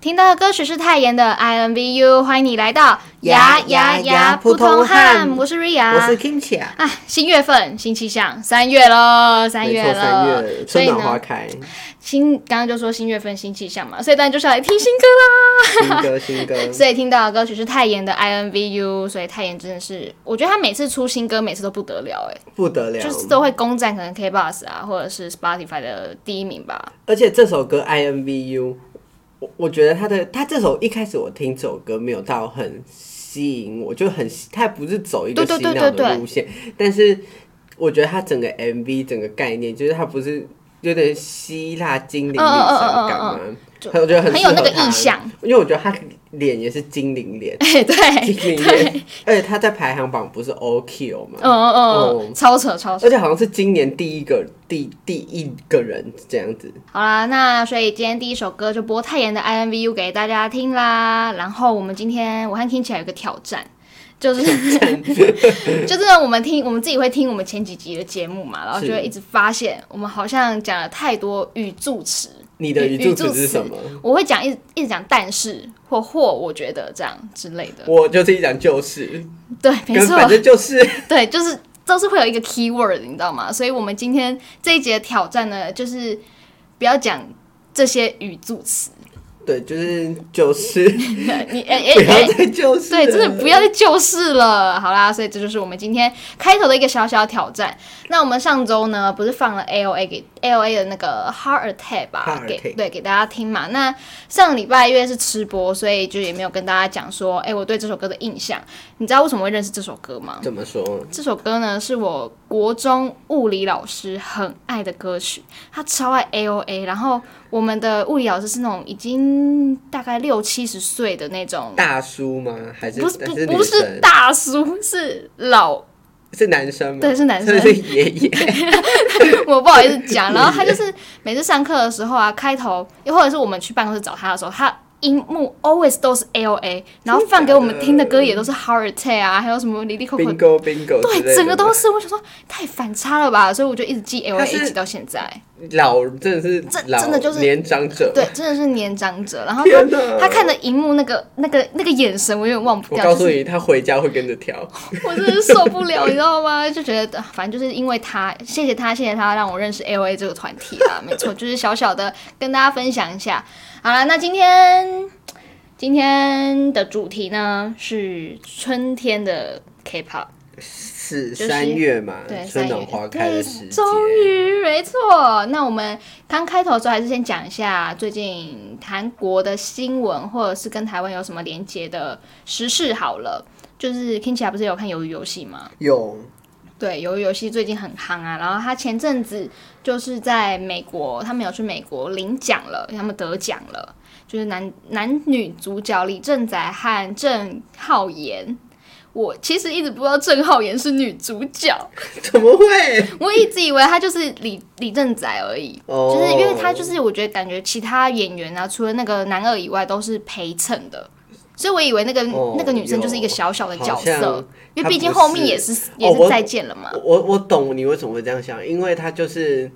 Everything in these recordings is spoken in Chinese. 听到的歌曲是泰妍的《I N V U》，欢迎你来到呀呀呀普通汉我是瑞亚，我是 Kimchi 啊，哎，新月份新气象，三月喽，三没月错，三了，月所春以暖花呢，开，新刚刚就说新月份新气象嘛，所以当然就是要来听新歌啦。新 歌新歌，所以听到的歌曲是泰妍的《I N V U》，所以泰妍真的是，我觉得他每次出新歌，每次都不得了，哎，不得了就。是都会攻占可能 K b o s 啊，或者是 Spotify 的第一名吧。而且这首歌 I M V U，我我觉得他的他这首一开始我听这首歌没有到很吸引我，就很他不是走一个对洗对对脑对对的路线，但是我觉得他整个 M V 整个概念就是他不是有点希腊精灵女神感嗯吗？我觉得很很有那个适合他意象，，因为我觉得他脸也是精灵脸 哎，对，精灵脸，而且他在排行榜不是 O Q 吗？哦嗯嗯嗯，超扯超扯。而且好像是今年第一个第第一个人这样子，好啦，那所以今天第一首歌就播泰妍的《I N V U》给大家听啦。然后我们今天我和 King 起来有个挑战。就是 就是呢我们听我们自己会听我们前几集的节目嘛，然后是就会一直发现我们好像讲了太多语助词，你的语语语助助词词是什么？我会讲一直一直讲但是或或我觉得这样之类的，我就自己讲就是，对，没跟错，反正就是 对，就是都是会有一个 key word，你知道吗？所以我们今天这一节的挑战呢，就是不要讲这些语助词。对，就是就是， 你哎哎不要哎，再就是了，对，真的不要再旧事了。好啦，所以这就是我们今天开头的一个小小挑战。那我们上周呢，不是放了 A O A 给 A O A 的那个 Heart Attack 吧 Heart 给 Attack 对给大家听嘛。那上礼拜因为是吃播，所以就也没有跟大家讲说，哎、我对这首歌的印象。你知道为什么会认识这首歌吗？怎么说？这首歌呢，是我国中物理老师很爱的歌曲，他超爱 A O A。然后我们的物理老师是那种已经大概六七十岁的那种，大叔吗？还是不是还不女不是生？大叔，是 老，是男生吗？对是男生真的是爷爷。我不好意思讲。然后他就是每次上课的时候啊，开头又或者是我们去办公室找他的时候，他。荧幕 always 都是 A O A，然后放给我们听的歌也都是 Heart Attack 啊，还有什么 l i l y Coco， bingo bingo，之类对，的整个都是。我想说太反差了吧，所以我就一直记 A O A，他是一直到现在。老，真的是真老，真的就是年长者。对，真的是年长者。然后天他哪！他看着荧幕那个那个那个眼神，我有点忘不我掉。告诉就是你，他回家会跟着跳。我真的受不了，你知道吗？就觉得啊反正就是因为他，谢谢他，谢谢他让我认识 A O A 这个团体啦。没错，就是小小的跟大家分享一下。好了，那今天今天的主题呢是春天的 K-pop，是就是三月嘛对，，春暖三月花开的对时节。终于没错。那我们刚开头的时候还是先讲一下最近韩国的新闻，或者是跟台湾有什么连接的时事好了。就是 k i n c h a 不是有看《鱿鱼游戏》吗？有对，鱿鱼游戏最近很夯啊，然后他前阵子就是在美国，他们有去美国领奖了，他们得奖了，就是男男女主角李正宰和郑浩妍。我其实一直不知道郑浩妍是女主角，怎么会？我一直以为她就是李李正宰而已，哦就是因为她就是我觉得感觉其他演员啊，除了那个男二以外都是陪衬的，所以我以为那个、哦那个女生有就是一个小小的好角像色，因为她毕竟不后面是也是哦也是我再见了嘛。我我我懂你为什么会这样想，因为他就是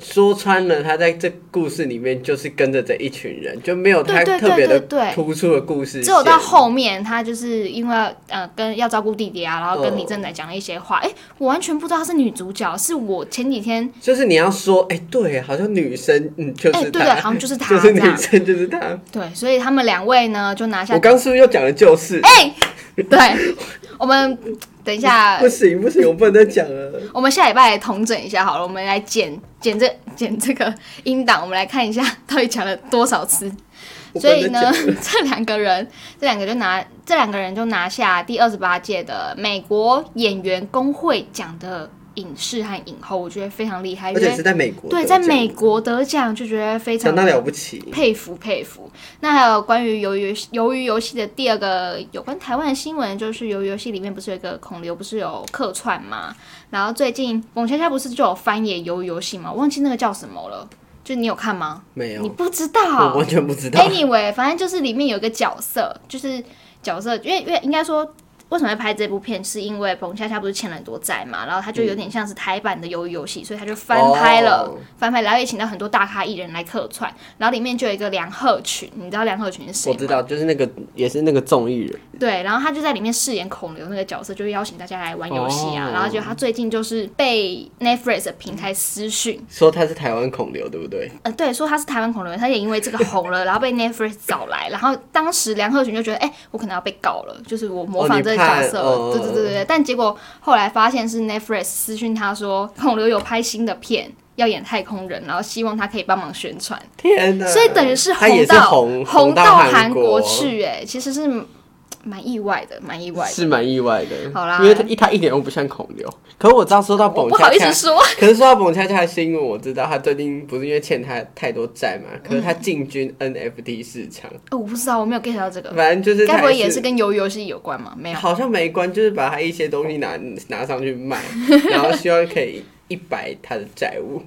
说穿了，他在这故事里面就是跟着这一群人，就没有对他对对特别的对对突出的故事线。只有到后面，他就是因为呃跟要照顾弟弟啊，然后跟嗯李正宰讲了一些话，哎、我完全不知道她是女主角，是我前几天就是你要说，哎、对，好像女生，嗯，就哎、是对他，对，好像 就是她就这是女样，生，就是他。对，所以他们两位呢就拿下我，刚是不是又讲了就是？哎、 对，我们等一下不，行不行，我不能再讲了。我们下礼拜统整一下好了，我们来剪剪这剪这个音档，我们来看一下到底讲了多少次。我不所能以再呢讲， 这两个人，这两个就拿这两个人就拿下第二十八届的美国演员工会奖的影视和影后，我觉得非常厉害，因而且是为在美国得对奖，在美国得奖就觉得非常相当了不起。佩服佩服。那还有关于鱿鱼鱿鱼游戏的第二个有关台湾的新闻，就是鱿鱼游戏里面不是有一个孔刘不是有客串吗？然后最近冯恰恰不是就有翻演鱿鱼游戏吗？我忘记那个叫什么了，就你有看吗？没有你，不知我道啊完全不知道。 ？Anyway，反正就是里面有一个角色，就是角色，因为因为应该说。为什么会拍这部片？是因为冯恰恰不是欠了很多债嘛，然后他就有点像是台版的鱿鱼游戏，所以他就翻拍了。嗯哦翻拍，然后也请到很多大咖艺人来客串，然后里面就有一个梁鹤群，你知道梁鹤群是谁我吗？知道，就是那个也是那个综艺人，对，然后他就在里面饰演孔刘那个角色，就邀请大家来玩游戏啊。哦然后就他最近就是被 Netflix 的平台私讯，说他是台湾孔刘，对不对？呃，对，说他是台湾孔刘，他也因为这个红了，然后被 Netflix 找来，然后当时梁鹤群就觉得，哎、我可能要被告了，就是我模仿这个角色，哦你怕对对对对对。但结果后来发现是 Netflix 私讯他说，孔刘有拍新的片，要演太空人，然后希望他可以帮忙宣传。天哪！所以等于是他也红是到红到到韩国，去、哎，其实是蛮蛮意外的，蛮意外的。是蛮意外的。好啦因为他一他一点都不像孔刘。可是我知道说到我蹦不恰好意思恰，说，哦可是说到蹦恰恰的新闻，我知道他最近不是因为欠他太多债嘛，可是他嗯进军 NFT 市场，哦我不知道，我没有 get 到这个，反正就是他该不会也也是跟鱿鱼游戏有关吗？没有，好像没关，就是把他一些东西拿拿上去 卖，然后希望可以一百他的债务，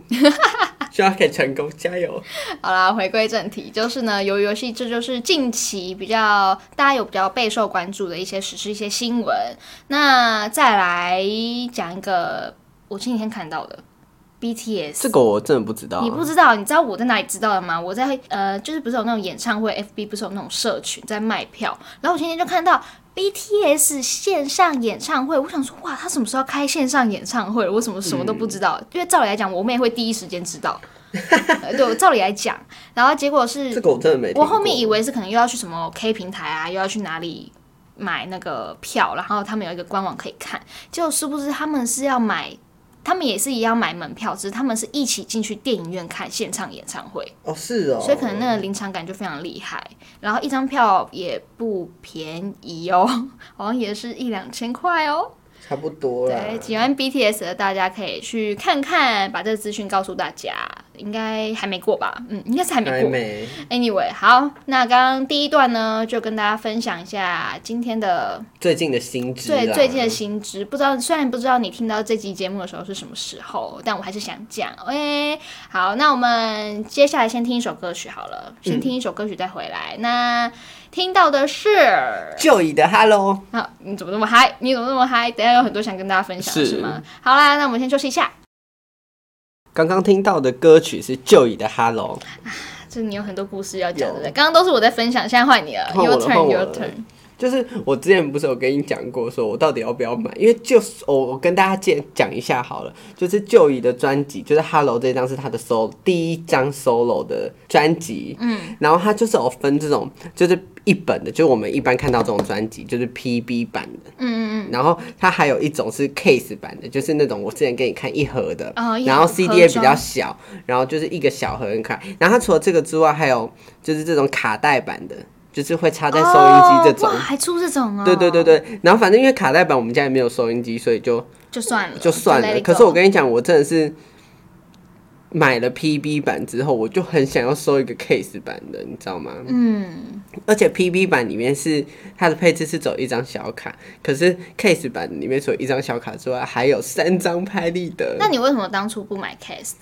希望可以成功，加油！ 好啦，回归正题，就是呢，鱿鱼游戏这就是近期比较大家有比较备受关注的一些时事、一些新闻。那再来讲一个我前几天看到的 BTS，这个我真的不知道你不知道，你知道我在哪里知道的吗？我在呃，就是不是有那种演唱会，FB 不是有那种社群在卖票，然后我今天就看到 BTS 线上演唱会，我想说哇，他什么时候要开线上演唱会？我怎么什么都不知道？因为照理来讲，我妹会第一时间知 道。呃对，我照理来讲，然后结果是这个我真的没听嗯过。我后面以为是可能又要去什么 K 平台啊，又要去哪里买那个票，然后他们有一个官网可以看。结果殊不知他们是要买，他们也是一样买门票，只是他们是一起进去电影院看现场演唱会，哦是哦，所以可能那个临场感就非常厉害。然后一张票也不便宜哦，好像也是一两千块哦。差不多啦。对，喜欢 BTS 的大家可以去看看，把这个资讯告诉大家。应该还没过吧？嗯，应该是还没还过。没 Anyway，好，那刚刚第一段呢，就跟大家分享一下今天的最近的新知啊啦，最最近的新知。不知道，虽然不知道你听到这集节目的时候是什么时候，但我还是想讲。喂、好，那我们接下来先听一首歌曲好了，嗯先听一首歌曲再回来。那听到的是。就以的 Hello，啊，你怎么那么嗨？你怎么那么嗨？等一下有很多想跟大家分享，是是吗？好啦，那我们先休息一下。刚刚听到的歌曲是就以的 Hello，这你有很多故事要讲，有对不对？刚刚都是我在分享，现在换你了。换我 Your 了换 turn, 我 your 了 turn。就是我之前不是有跟你讲过，说我到底要不要买？因为就是我我跟大家介讲一下好了，就是就以的专辑，就是 Hello 这张是他的 solo 第一张 solo 的专辑，嗯，然后他就是有分这种就是一本的，就是我们一般看到这种专辑就是 PB 版的，嗯嗯嗯，然后它还有一种是 case 版的，就是那种我之前给你看一盒的，哦一盒然后 CD 也比盒较装小，然后就是一个小盒很可爱，然后它除了这个之外，还有就是这种卡带版的。就是会插在收音机这种哦、哇，，还出这种哦？对对对，对，然后反正因为卡带版我们家也没有收音机，所以就就算了，哦就算了。可是我跟你讲，我真的是买了 PB 版之后，我就很想要收一个 case 版的，你知道吗？嗯。而且 PB 版里面是它的配置是走一张小卡，可是 case 版里面除了一张小卡之外，还有三张拍立得。那你为什么当初不买 Case？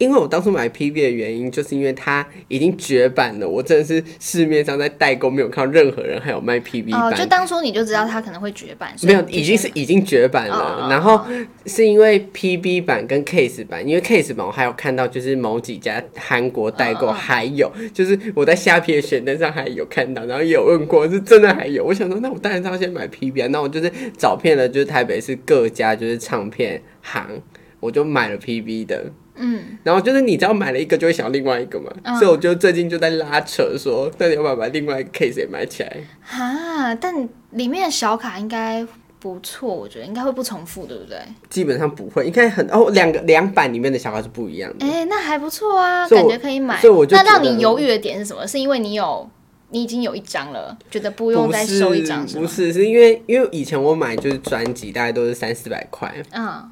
因为我当初买 PB 的原因，就是因为它已经绝版了，我真的是市面上在代购没有看到任何人还有卖 PB 版哦，的。就当初你就知道它可能会绝版，所没以有，你就已经是先已经绝版哦哦了。哦然后是因为 PB 版跟 Case 版，因为 Case 版我还有看到，就是某几家韩国代哦购还有，就是我在虾皮的选单上还有看到，然后也有问过，是真的还有。我想说，那我当然是要先买 PB 啊。那我就是找遍了，就是台北市各家就是唱片行，我就买了 PB 的。嗯，然后就是你只要买了一个，就会想要另外一个嘛，嗯所以我就最近就在拉扯说，那你要不要把另外一个 case 也买起来？哈，但里面的小卡应该不错，我觉得应该会不重复，对不对？基本上不会，应该很哦，两个两版里面的小卡是不一样的。哎，那还不错啊，嗯所以感我觉可以买。所以我就那让觉得你犹豫的点是什么？是因为你有你已经有一张了，觉得不用再是收一张是不吗？是，是因为因为以前我买就是专辑，大概都是三四百块，嗯，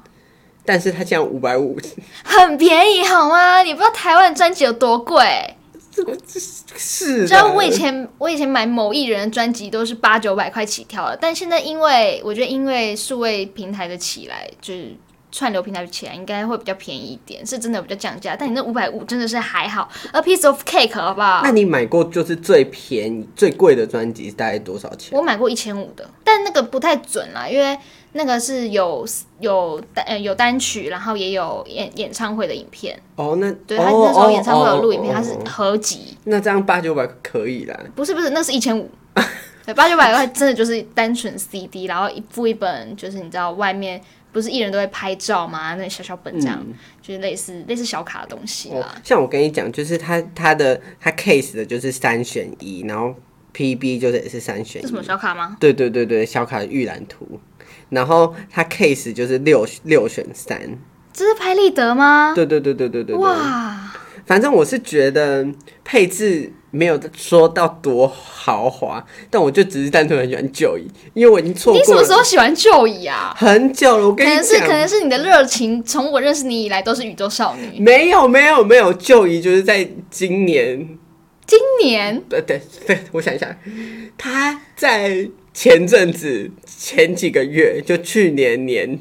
但是它这样五百五，哦很便宜好吗？你不知道台湾的专辑有多贵。是你的知道我以前我以前买某艺人的专辑都是八九百块起跳的，但现在因为我觉得因为数位平台的起来，就是串流平台的起来，应该会比较便宜一点，是真的有比较降价。但你那五百五真的是还好，a piece of cake 好不好那？你买过就是最便宜、最贵的专辑大概多少钱？我买过一千五的，但那个不太准啦，因为那个是有有单呃有单曲，然后也有演演唱会的影片。哦，那对，哦他那时候演唱会有录影片，哦哦它是哦哦合集。那这样八九百可以啦。不是不是，那是一 千五。对，八九百块真的就是单纯 CD，然后一副一本，就是你知道外面不是艺人都会拍照吗？那小小本这样，就是类似类似小卡的东西嗯哦啦。，像我跟你讲，就是他他的他 case 的就是三选一，然后 PB 就是也是三选这一什，么小卡吗？对对对对，小卡的预览图，然后他 case 就是六六选三，这是拍立得吗？对对对对对对对，哇，反正我是觉得配置没有说到多豪华，但我就只是单纯很喜欢旧衣，因为我已经错你什过么时了候喜欢旧椅啊？很久了。我可跟你能是可讲，能是你的热情，从我认识你以来都是宇宙少女。没有没有没有旧衣，就是在今年，今年呃，对 对，我想一下，他在前阵子前几个月，就去年年。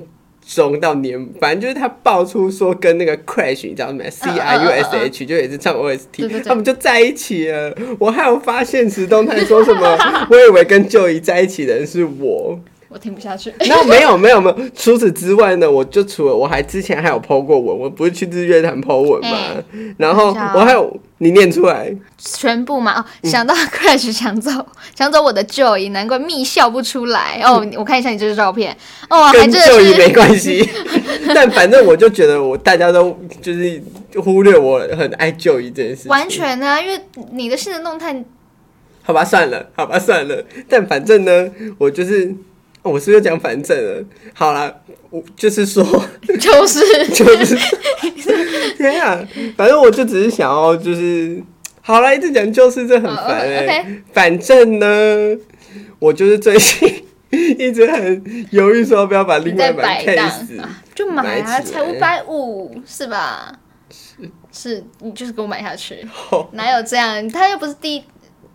中到年，反正就是他爆出说跟那个 Crash，你知道吗？C 嗯嗯 I U 嗯 S H 就也是唱 O S 对对 T，对他们就在一起了。我还有发现实动态说什么，我以为跟舅姨在一起的人是我。我听不下去。那没有没有没有，除此之外呢，我就除了我还之前还有 PO 过文，我不是去日月潭 PO 文吗？然后等一下哦我还有你念出来，全部嘛哦，嗯想到 Crash 抢走抢走我的旧衣，难怪蜜笑不出来哦。我看一下你这张照片哦，还嗯 跟真旧的姨没是 关系。但反正我就觉得我大家都就是忽略我很爱旧姨这件事情。完全啊，因为你的新的动态好吧，算了，好吧，算了。但反正呢，我就是。哦我是不是又讲反正了？好啦，我就是说， 就是 就是，天啊！反正我就只是想要，就是好啦，一直讲就是这很哦烦哎、 ，OK，反正呢，我就是最近 一直很犹豫，说要不要把你另外在一版摆荡 case，啊，就买啊，买起来才五百五是吧？是，你就是给我买下去，哦哪有这样？他又不是第一，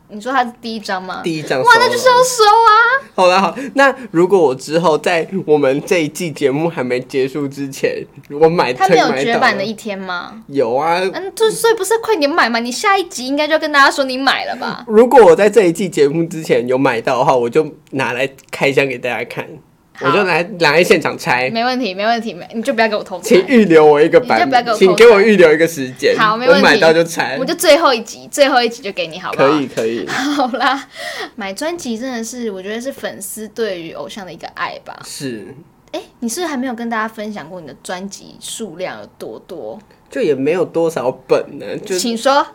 你说他是第一张吗？第一张哇，收那了就是要收啊！好啦，好，那如果我之后在我们这一季节目还没结束之前，我买他没有真买绝到版的了一天吗？有啊。嗯，就所以不是快点买嘛？你下一集应该就要跟大家说你买了吧？如果我在这一季节目之前有买到的话，我就拿来开箱给大家看，好我就拿来拿来现场拆，没问题，没问题，没你就不要给我偷请拍，预留我一个版你就不要给本，我请扣给我分预留一个时间，好没我问题买到就拆我，就最后一集，最后一集就给你，好不好？可以可以，好啦，买专辑真的是，我觉得是粉丝对于偶像的一个爱吧。是。哎、你是不是还没有跟大家分享过你的专辑数量有多多？就也没有多少本呢、就请说，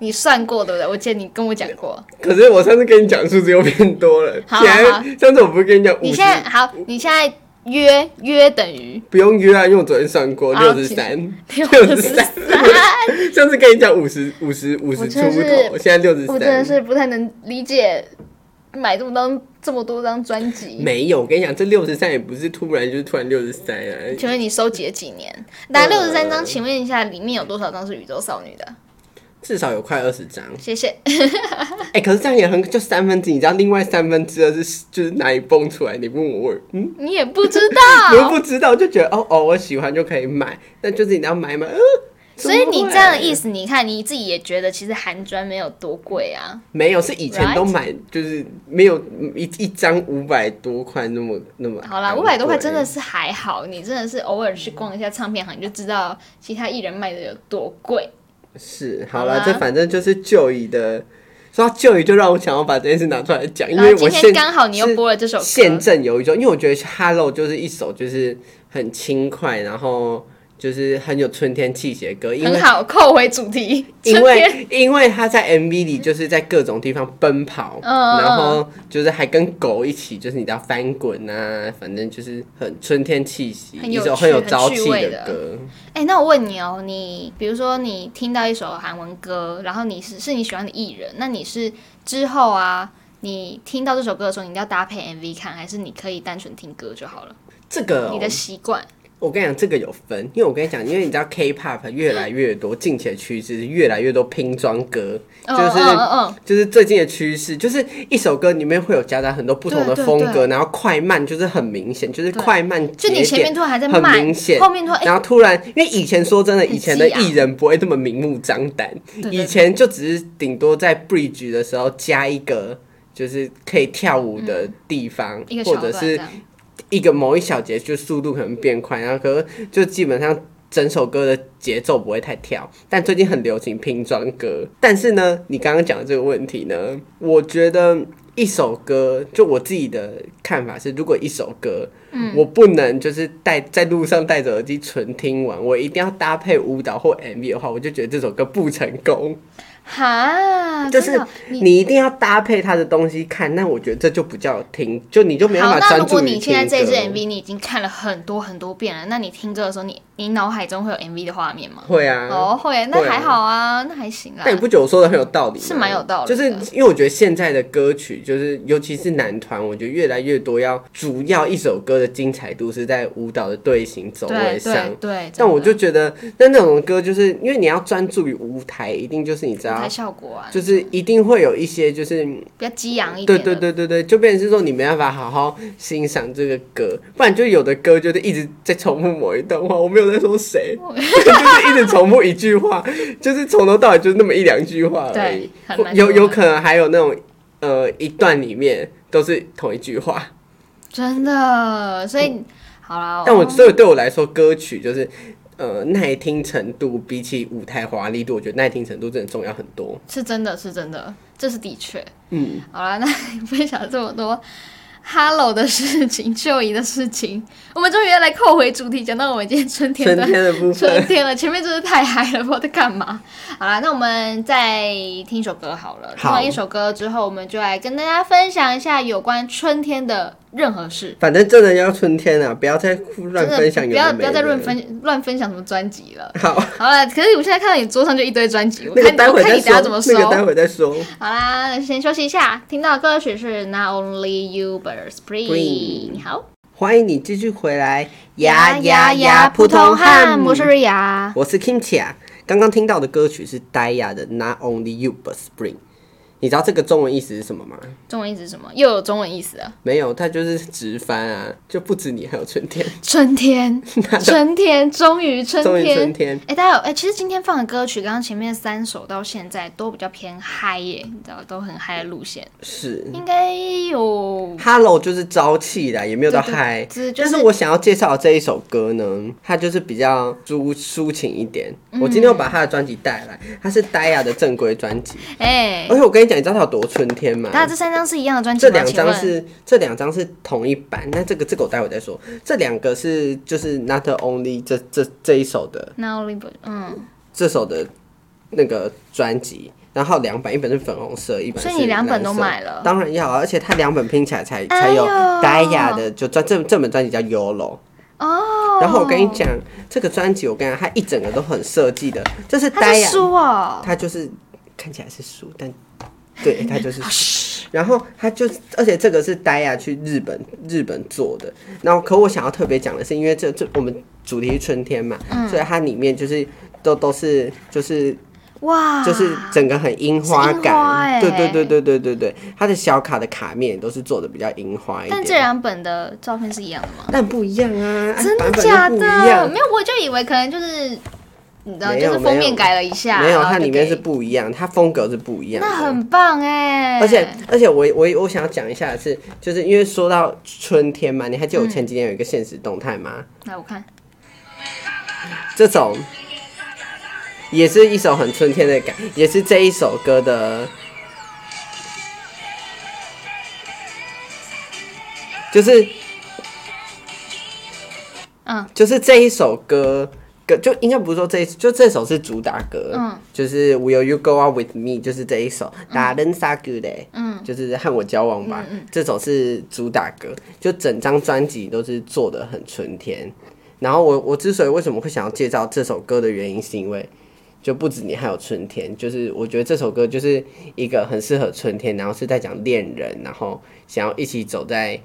你算过对不对？我记得你跟我讲过。可是我上次跟你讲数字又变多了，好显好然上次我不是跟你讲五你十现，在好，你现在约约等于不用约啊，因为我昨天算过好六十三，六 六十十三三，，上次跟你讲五十五十五十我出真的是头，现在六十我真的三。是不太能理解买这么多这么多张专辑。没有，我跟你讲，这六十三也不是突然就是突然六十三啊，请问你收集了几年？拿六十三张，呃请问一下，里面有多少张是宇宙少女的？至少有快二十张。谢谢。 哎、可是这样也很就三分之一，你知道另外三分之二是就是哪里蹦出来？你问我，哦我嗯，你也不知我又道，不知道，就觉得哦哦，我喜欢就可以买，但就是你要买买，嗯、所以你这样的意思。思，你看你自己也觉得其实韩专没有多贵啊。没有，是以前 Right？都买就是没有一一张五百多块那么那么。哎好啦，五百多块真的。是还好，你真的是偶尔去逛一下唱片行，你就知道其他艺人卖的有多贵。是，好好啦啦，这反正就是旧椅的。说到旧椅，就让我想要把这件事拿出来讲，因然后为我今天现刚好你又播了这首现歌，正有一种，因为我觉得《Hello》就是一首就是很轻快，然后就是很有春天气息的歌，因为很好，扣回主题。因春天为因为他在 MV 里就是在各种地方奔跑，嗯嗯然后就是还跟狗一起，就是你知道翻滚啊，反正就是很春天气息，很一有首趣很有很朝趣气味的的歌。哎、那我问你哦，你比如说你听到一首韩文歌，然后你是是你喜欢的艺人，那你是之后啊，你听到这首歌的时候，你一定要搭配 MV 看，还是你可以单纯听歌就好了？这个哦、你的习惯我跟你讲，这个有分，因为我跟你讲，因为你知道 K-pop 越来越多，近期的趋势是越来越多拼装歌，嗯就是嗯嗯就是最近的趋势，就是一首歌里面会有夹杂很多不同对的对风格，对然后快慢就是很明显，就是对快慢就节你前点面突然还在很慢明，显后面突然哎、然后突然，因为以前说真的，以前的很激啊艺人不会这么明目张胆，对对以前就只是顶多在 bridge 的时候加一个就是可以跳舞的地方，嗯一个或桥段者这是样，一个某一小节就速度可能变快，然后可是就基本上整首歌的节奏不会太跳。但最近很流行拼装歌，但是呢，你刚刚讲的这个问题呢，我觉得一首歌，就我自己的看法是，如果一首歌，嗯，我不能就是带在路上戴着耳机纯听完，我一定要搭配舞蹈或 MV 的话，我就觉得这首歌不成功。哈，就哦真是的你。你一定要搭配他的东西看，那我觉得这就不叫听，就你就没办好，法那专如注果于听歌。你现在这一支 MV 你已经看了很多很多遍了，那你听歌的时候，你你脑海中会有 MV 的画面吗？会啊，哦，会，那会啊还好啊，那还行啦但。你不觉得我说的很有道理吗？是蛮有道理的就是因为我觉得现在的歌曲，就是尤其是男团，我觉得越来越多要主要一首歌的精彩度是在舞蹈的队形走位对上对。对，但真我的就觉得，那那种歌就是因为你要专注于舞台，一定就是你知舞道台，效果啊，就是一定会有一些就是比较激昂一对点。对，对对对，就变成是说你没办法好好欣赏这个歌，不然就有的歌就是一直在重复某一段话，我没有在说谁， 就是一直重复一句话，就是从头到尾就是那么一两句话而已对很或蛮有多有的可能还有那种呃一段里面都是同一句话，真的，所以好啦，嗯但我所以对我来说，歌曲就是。呃，耐听程度比起舞台华丽度，我觉得耐听程度真的重要很多。是真的是真的，这是的确。嗯，好啦，那 分享这么多 Hello 的事情、 秀仪的事情，我们终于要来扣回主题，讲到我们今天春天春的。天的部分春，天了，前面真是太嗨了，不知道在干嘛。好啦，那我们再听一首歌好了。听好完一首歌之后，我们就来跟大家分享一下有关春天的任何事。 反正真的要春天了、不要再乱真的分享不有的要没的。不要再乱分乱分享什么专辑了。好，好了，可是我现在看到你桌上就一堆专辑，我那看个你待我会看再你等下怎么说，收。那个待会再说。好啦，那先休息一下。听到的歌曲是 Not Only You But Spring。 Spring 好，欢迎你继续回来，我是瑞雅。我是 Kimchi 啊。刚刚听到的歌曲是 Daya 的《Not Only You But Spring》，你知道这个中文意思是什么吗？中文意思是什么？又有中文意思啊？没有，它就是直翻啊，就不止你，还有春天，春天， 春天，终于春终于天春。天。哎、大家有哎、其实今天放的歌曲，刚刚前面三首到现在都比较偏嗨耶，你知道，都很嗨的路线，是应该有 Hello 就是朝气啦，也没有到对对嗨。只就但是是我想要介绍的这一首歌呢，它就是比较抒抒情一点。嗯我今天又把他的专辑带来，它是 Daya 的正规专辑。哎，而且我跟你讲，你知道它有多春天吗？大家这三张是一样的专辑这吗？两张请问是这两张是同一版，那这个这个我待会再说。这两个是就是 Not Only 这这这一首的 Now l i b e 嗯，这首的那个专辑，然后两本，一本是粉红色，一本是所以你两本蓝色都买了当然要啊，而且它两本拼起来才哎才呦有 Daya 的，就专这这本专辑叫 Yolo。哦，然后我跟你，讲，这个专辑我跟你讲，它一整个都很设计的，这是它是 Daya，书哦，它就是看起来是书，但对它啊就是书。然后它就是，而且这个是呆亚去日本日本做的。然后，可我想要特别讲的是，因为这这我们主题是春天嘛，嗯所以它里面就是都都是就是哇，就是整个很樱花是樱花欸感，对对对对对对对。它的小卡的卡面也都是做的比较樱花一但这点，两本的照片是一样的吗？但不一样啊，啊真的版本假就不一的？样没。有，我就以为可能就是你知道，没就有是封没面有改了一下，没有，然后它就里面给是不一样，它风格是不一样的。那很棒哎，而且而且我我我想要讲一下的是，就是因为说到春天嘛，你还记嗯得我前几天有一个现实动态吗？来我看，这种也是一首很春天的感，也是这一首歌的，就是嗯就是这一首歌。歌就应该不是说这一就这首是主打歌，嗯，就是《Will You Go Out With Me》，就是这一首《打人杀狗嘞》，嗯。就是和我交往吧，这首是主打歌，就整张专辑都是做的很春天。然后我我之所以为什么会想要介绍这首歌的原因，是因为就不止你还有春天，就是我觉得这首歌就是一个很适合春天，然后是在讲恋人，然后想要一起走在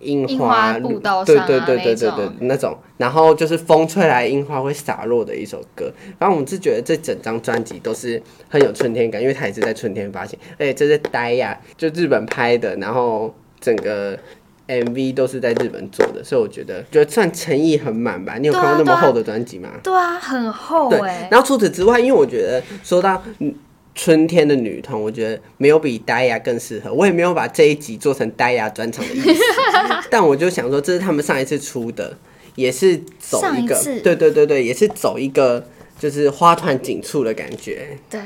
樱樱花花路步道对上啊对对对对那对种那种，然后就是风吹来樱花会洒落的一首歌。然后我们是觉得这整张专辑都是很有春天感，因为它也是在春天发行，而且这是呆呀、就日本拍的，然后整个 MV 都是在日本做的，所以我觉得就算诚意很满吧。你有对看啊过那么对啊厚的专辑吗？对啊，很厚对哎、，然后除此之外，因为我觉得说到嗯春天的女童，我觉得没有比呆牙更适合。我也没有把这一集做成呆牙专场的意思， 但我就想说，这是他们上一次出的，也是走上一一个，次对对对对，也是走一个就是花团锦簇的感觉，对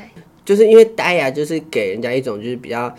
就是因为呆牙就是给人家一种就是比较。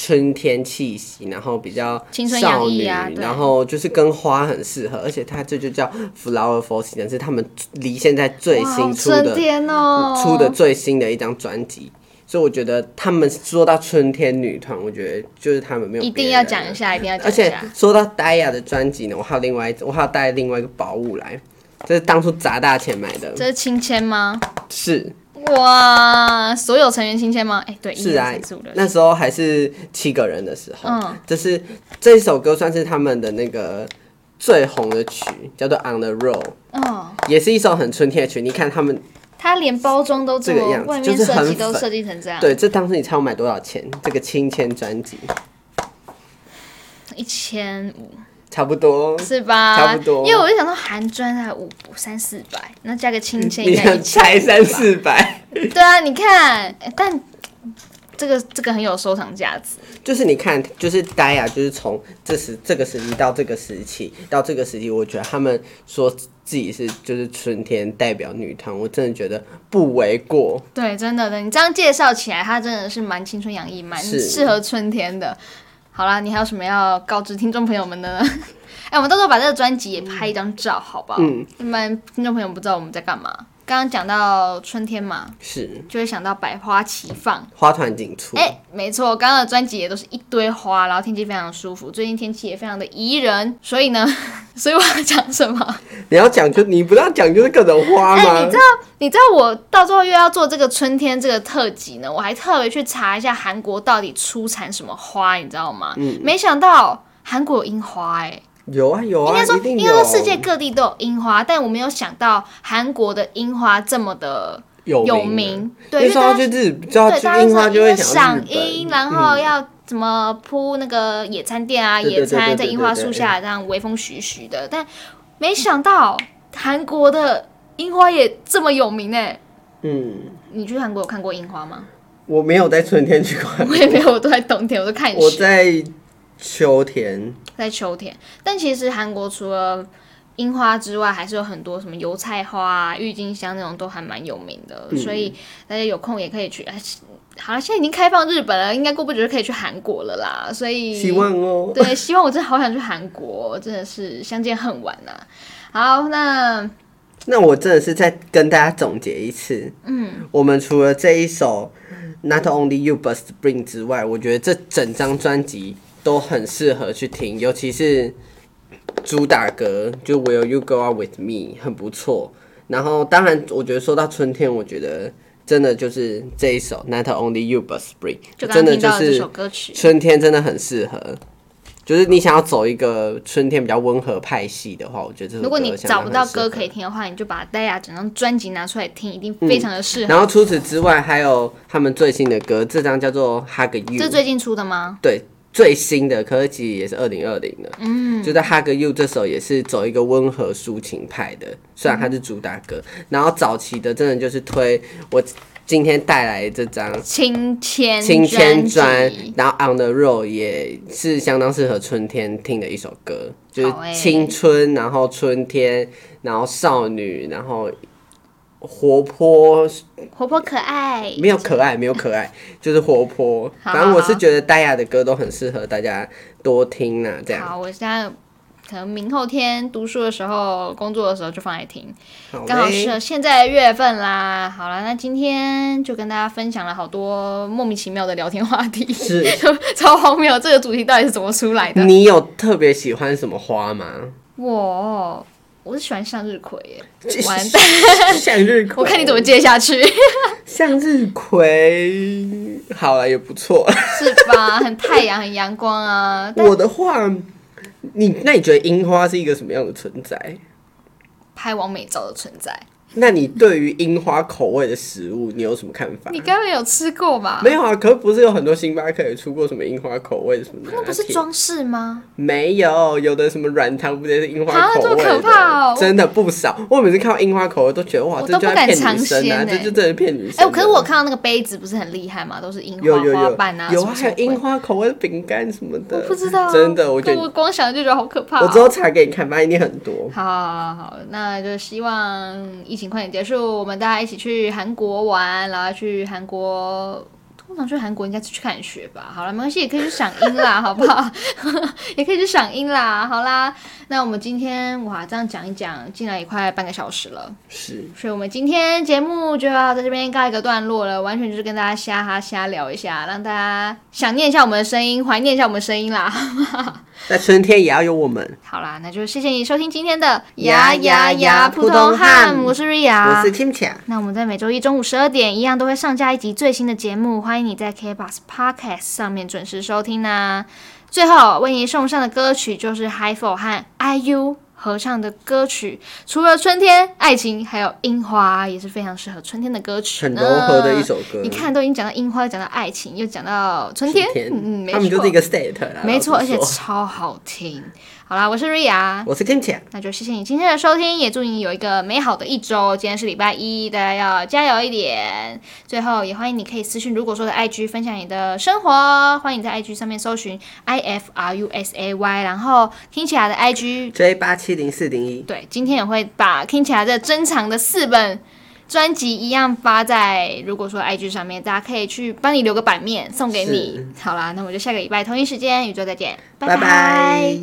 春天气息，然后比较青春少洋女，溢啊对然后就是跟花很适合，而且它这就叫 flower for season，是他们离现在最哇，新好出的春天哦，出的最新的一张专辑，所以我觉得他们说到春天女团，我觉得就是他们没有一定别要人讲了一。下，一定要讲而一且下。说到呆雅的专辑呢，我还有另外一我还有带另外一个宝物来，这是当初砸大钱买的，这是亲签吗？是哇，所有成员亲签吗？哎、对，一是啊二三四五六，那时候还是七个人的时候，嗯这是这首歌算是他们的那个最红的曲，叫做《On the Road》，嗯，也是一首很春天的曲。你看他们他连包装都做，这个样子外就面是设计很都粉设计成这样，对，这当时你猜我买多少钱？这个亲签专辑一千五差不多是吧？差不多因为我就想说韩专才五三四百，那加个亲签你应该一想才千三四百，对啊，你看，哎但这个这个很有收藏价值，就是你看，就是呆啊，就是从这时这个时期到这个时期到这个时期，我觉得他们说自己是就是春天代表女团，我真的觉得不为过。对，真的的，你这样介绍起来，它真的是蛮青春洋溢，蛮是适合春天的。好啦，你还有什么要告知听众朋友们 的呢？哎、我们到时候把这个专辑也拍一张照，好不好？嗯，你们听众朋友们不知道我们在干嘛。刚刚讲到春天嘛，是就会想到百花齐放。花团锦簇，哎、没错，刚刚的专辑也都是一堆花，然后天气非常舒服，最近天气也非常的宜人，所以呢， 所以我要讲什么？ 你要讲就你不是要讲就是各种花哎、吗你知？道，你知道我到最后又要做这个春天这个特辑呢，我还特别去查一下韩国到底出产什么花，你知道吗？嗯没想到韩国有樱花、哎、有啊有应啊，该说一定应该说有。世界各地都有樱花，但我没有想到韩国的樱花这么的有有名名，啊，对，因那为时候大哦家就日，知道对大家樱花就会会想到赏日樱，本，嗯然后要。怎么铺那个野餐垫啊？对对野对对餐在对樱花对树对下，这样微风徐徐的。但没想到韩国的樱花也这么有名哎、嗯，你去韩国有看过樱花吗？ 我没有在春天去过，我也没有，我都在冬天，我都看我雪，在秋天。在秋天。但其实韩国除了樱花之外，还是有很多什么油菜花啊、郁金香那种都还蛮有名的，嗯所以大家有空也可以去。哎好了，现在已经开放日本了，应该过不久就可以去韩国了啦。所以希望哦。对，希望我真的好想去韩国，真的是相见恨晚呐、好，那那我真的是再跟大家总结一次，嗯，我们除了这一首《Not Only You But Spring》之外，我觉得这整张专辑都很适合去听，尤其是主打歌就《Will You Go Out With Me》很不错。然后，当然，我觉得说到春天，我觉得真的就是这一首《Not Only You But Spring 就》，刚刚真的听就到的这是首歌曲，春天真的很适合。就是你想要走一个春天比较温和派系的话，我觉得这首歌如果你相当找不到很适合歌可以听的话，你就把戴亚整张专辑拿出来听，一定嗯非常的适合。然后除此之外，还有他们最新的歌，这张叫做《Hug You 这》，是最近出的吗？对，最新的，可是其实也是二零二零的。嗯，就在《Hug You》这首也是走一个温和抒情派的，虽然它是主打歌。然后早期的真的就是推我今天带来的这张亲签青千砖专辑，然后 On the Road 也是相当适合春天听的一首歌，就是好欸青春，然后春天，然后少女，然后活泼活泼可爱，没有可爱，没有可 爱，就是活泼。好反正我是好觉得戴亚的歌都很适合大家多听啊，这样。好，我现在可能明后天读书的时候、工作的时候就放来听，好刚好适嘞，合现在的月份啦。好了，那今天就跟大家分享了好多莫名其妙的聊天话题，是 超荒谬，这个主题到底是怎么出来的？你有特别喜欢什么花吗？我我是喜欢向日葵耶， 完蛋，蛋，向日葵。我看你怎么接下去。向日葵， 好了也不错。是吧？很太阳，很阳光啊。但我的话，你那你觉得樱花是一个什么样的存在？拍完美照的存在。那你对于樱花口味的食物，你有什么看法？你该没有吃过吧？没有啊，可是不是有很多星巴克也出过什么樱花口味什么的？啊那不是装饰吗？没有，有的什么软糖不也是樱花啊口这么味的？可怕哦真的不少。我每次看到樱花口味都觉得哇，我这都就不在敢骗尝女生啊，鲜这欸就真的骗女生哎、啊。可是我看到那个杯子不是很厉害吗？都是樱有花有花有瓣啊，有什啊，么还有什么鬼樱花口味的饼干什么的，我不知道啊，真的，我觉可得我光想就觉得好可怕、我之后查给你看，发现你很多。好好好好，那就希望疫情快点结束，我们大家一起去韩国玩，然后去韩国。通常去韩国应该是去看雪吧。好了，没关系，也可以去赏樱啦，好不好？ 也可以去赏樱啦。好啦，那我们今天哇，这样讲一讲，进来也快半个小时了。是，所以我们今天节目就要在这边告一个段落了，完全就是跟大家瞎哈瞎聊一下，让大家想念一下我们的声音，怀念一下我们的声音啦。在春天也要有我们。好啦，那就谢谢你收听今天的呀呀呀普普通通汉汉，我是瑞我亚是。Kim 强，那我们在每周一中午十二点一样都会上架一集最新的节目，欢迎你在 KBox Podcast 上面准时收听啦、最后为你送上的歌曲就是 HiFi 和 IU 合唱的歌曲，除了春天、爱情，还有樱花，也是非常适合春天的歌曲很呢，柔和的一首歌。你看，都已经讲到樱花，讲到爱情，又讲到嗯春天，嗯，没他们就错是一，个 state 啦。没错，老而实且说超好听。好啦，我是瑞亚，我是 Kim 强，那就谢谢你今天的收听，也祝你有一个美好的一周。今天是礼拜一，大家要加油一点。最后也欢迎你可以私讯，如果说的 IG 分享你的生活，欢迎你在 IG 上面搜寻 I F R U S A Y，然后听起来的 IG。 J 八七零四零一，对，今天也会把听起来的珍藏的四本专辑一样发在如果说 IG 上面，大家可以去帮你留个版面送给你。好啦，那我们就下个礼拜同一时间宇宙再见，拜拜拜。